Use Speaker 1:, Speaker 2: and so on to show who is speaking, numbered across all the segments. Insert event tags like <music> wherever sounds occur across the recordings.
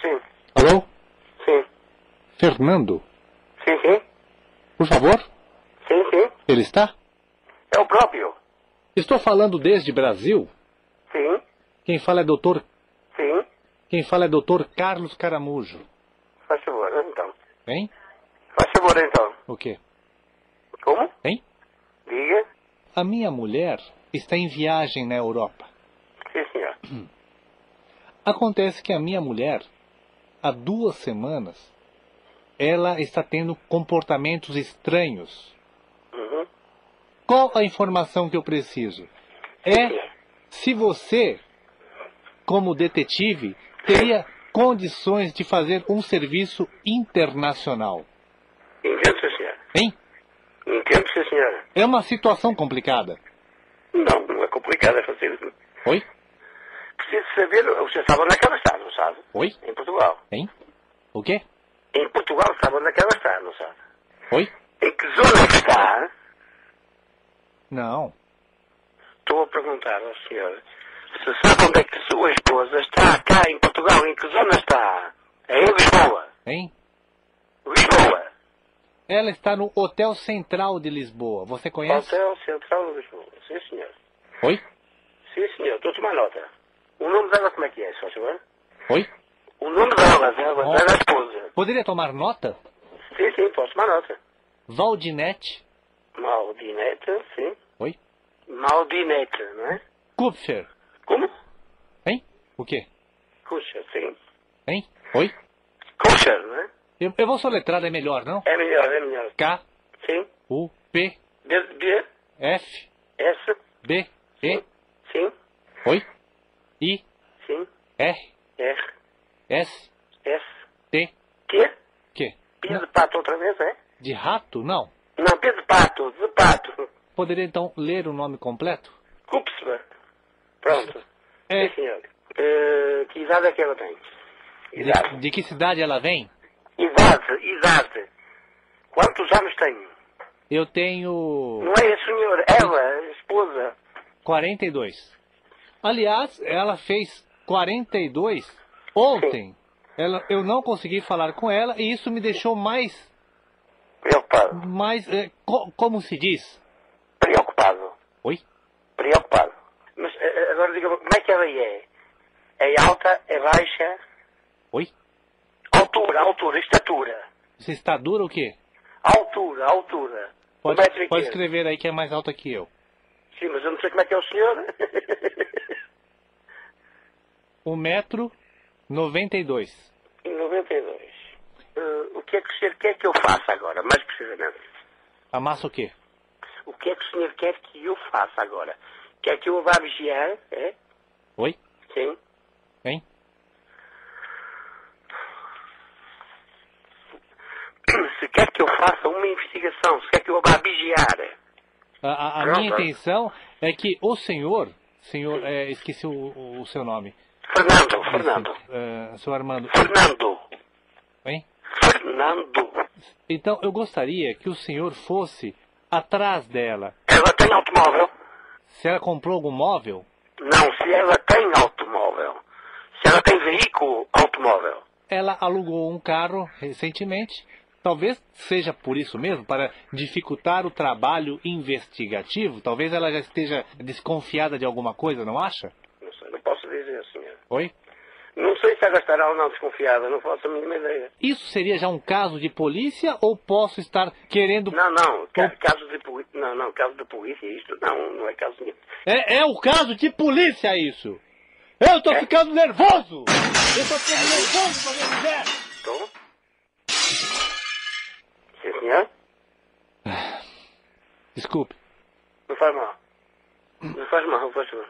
Speaker 1: Sim,
Speaker 2: Alô?
Speaker 1: sim,
Speaker 2: Fernando?
Speaker 1: sim, sim,
Speaker 2: Por favor?
Speaker 1: sim, sim.
Speaker 2: Ele está?
Speaker 1: É o próprio.
Speaker 2: Estou falando desde Brasil.
Speaker 1: Sim,
Speaker 2: Quem fala é doutor...
Speaker 1: sim.
Speaker 2: Quem fala é doutor Carlos Caramujo.
Speaker 1: Faz favor, então.
Speaker 2: Hein?
Speaker 1: Faz favor, então.
Speaker 2: O quê?
Speaker 1: Como?
Speaker 2: Hein?
Speaker 1: Diga.
Speaker 2: A minha mulher está em viagem na Europa.
Speaker 1: Sim, senhor.
Speaker 2: Acontece que a minha mulher, há duas semanas, ela está tendo comportamentos estranhos.
Speaker 1: Uhum.
Speaker 2: Qual a informação que eu preciso? É se você, como detetive, teria condições de fazer um serviço internacional.
Speaker 1: Entendo, sim, senhor.
Speaker 2: Hein?
Speaker 1: Entendo, sim, senhora.
Speaker 2: É uma situação complicada.
Speaker 1: Não, não é complicado é fazer isso.
Speaker 2: Oi?
Speaker 1: Preciso saber, você estava naquela estado, não sabe?
Speaker 2: Oi?
Speaker 1: Em Portugal.
Speaker 2: Hein? O quê?
Speaker 1: Em Portugal é estava naquela estado, não sabe?
Speaker 2: Oi?
Speaker 1: Em que zona que está?
Speaker 2: Não.
Speaker 1: Estou a perguntar ao senhor se sabe onde é que sua esposa está cá em Portugal. Em que zona está? É em Lisboa.
Speaker 2: Hein?
Speaker 1: Lisboa.
Speaker 2: Ela está no Hotel Central de Lisboa. Você conhece?
Speaker 1: Hotel é Central de Lisboa. Sim, senhor.
Speaker 2: Oi?
Speaker 1: Sim, senhor. Estou a tomar nota. O nome dela como é que é, só senhor?
Speaker 2: Oi?
Speaker 1: O nome dela, né? dela,
Speaker 2: Oh.
Speaker 1: dela esposa.
Speaker 2: Poderia tomar nota?
Speaker 1: Sim, sim, posso tomar nota.
Speaker 2: Valdinete.
Speaker 1: Maldinete, sim.
Speaker 2: Oi?
Speaker 1: Maldinete, não é?
Speaker 2: Kupfer.
Speaker 1: Como?
Speaker 2: Hein? O quê?
Speaker 1: Cuxa, sim.
Speaker 2: Hein? Oi?
Speaker 1: Cuxa, não é?
Speaker 2: Eu, eu vou soletrar, é melhor, não?
Speaker 1: É melhor, é melhor.
Speaker 2: K,
Speaker 1: Sim.
Speaker 2: U, P,
Speaker 1: B, B,
Speaker 2: F,
Speaker 1: S,
Speaker 2: B, E,
Speaker 1: sim,
Speaker 2: Oi? I,
Speaker 1: sim.
Speaker 2: R,
Speaker 1: R,
Speaker 2: S,
Speaker 1: S,
Speaker 2: T,
Speaker 1: Q.
Speaker 2: Q.
Speaker 1: Pia de pato outra vez, é?
Speaker 2: De rato? Não.
Speaker 1: Não, pia de pato, de pato.
Speaker 2: Poderia então ler o nome completo?
Speaker 1: Cupsba. Pronto.
Speaker 2: É.
Speaker 1: Sim, senhor. Eh, que idade é que ela tem?
Speaker 2: De,
Speaker 1: Idade.
Speaker 2: de que cidade ela vem?
Speaker 1: Idade, idade. Quantos anos tem?
Speaker 2: Eu tenho
Speaker 1: Não é a senhora, ela, a esposa.
Speaker 2: 42. Aliás, ela fez 42 ontem. Ela, eu não consegui falar com ela e isso me deixou mais,
Speaker 1: Preocupado.
Speaker 2: mais, eh, co- como se diz?
Speaker 1: Preocupado.
Speaker 2: Oi?
Speaker 1: Preocupado. Mas eh, agora diga-me, como é que ela é? É alta, é baixa?
Speaker 2: Oi?
Speaker 1: Altura, altura, estatura.
Speaker 2: Você está duro ou o quê?
Speaker 1: Altura, altura.
Speaker 2: Pode,
Speaker 1: Um metro e
Speaker 2: pode
Speaker 1: quinze.
Speaker 2: escrever aí que é mais alta que eu.
Speaker 1: Sim, mas eu não sei como é que é o senhor. <laughs>
Speaker 2: 1 metro 92.
Speaker 1: em 92. Eh, o que é que o senhor quer que eu faça agora, mais precisamente?
Speaker 2: Amassa o quê?
Speaker 1: O que é que o senhor quer que eu faça agora? Quer que eu vá vigiar? É?
Speaker 2: Oi?
Speaker 1: Sim. <clears throat>
Speaker 2: Hein?
Speaker 1: Se quer que eu faça uma investigação, se quer que eu vá vigiar? é?
Speaker 2: A, a- a
Speaker 1: Não,
Speaker 2: minha
Speaker 1: não.
Speaker 2: intenção é que o senhor, senhor, eh, esqueci o, o- o seu nome.
Speaker 1: Fernando, Fernando.
Speaker 2: Eh, seu Armando.
Speaker 1: Fernando.
Speaker 2: Hein?
Speaker 1: Fernando.
Speaker 2: Então, eu gostaria que o senhor fosse atrás dela.
Speaker 1: Ela tem automóvel?
Speaker 2: Se ela comprou algum móvel,
Speaker 1: Não, se ela tem automóvel. Se ela tem veículo automóvel.
Speaker 2: ela alugou um carro recentemente Talvez seja por isso mesmo, para dificultar o trabalho investigativo. Talvez ela já esteja desconfiada de alguma coisa, não acha?
Speaker 1: Não sei, não posso dizer, senhor.
Speaker 2: Oi?
Speaker 1: Não sei se ela estará ou não desconfiada, não faço a mínima ideia.
Speaker 2: Isso seria já um caso de polícia ou posso estar querendo.
Speaker 1: Não, não, ca- caso de polícia, não, não, caso de polícia, isto não, não é caso nenhum.
Speaker 2: É, é o caso de polícia isso! Eu tô ficando nervoso! Eu tô ficando nervoso pra quem quiser!
Speaker 1: Estou? Sim, senhor?
Speaker 2: Desculpe.
Speaker 1: Não faz mal. Não faz mal, não faz mal.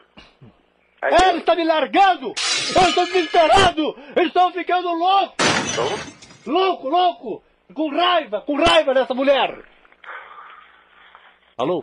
Speaker 1: Aí,
Speaker 2: Ele está me largando! Eu estou desesperado! Eu estou ficando louco!
Speaker 1: estou?
Speaker 2: Louco, louco! Com raiva, com raiva dessa mulher! Alô?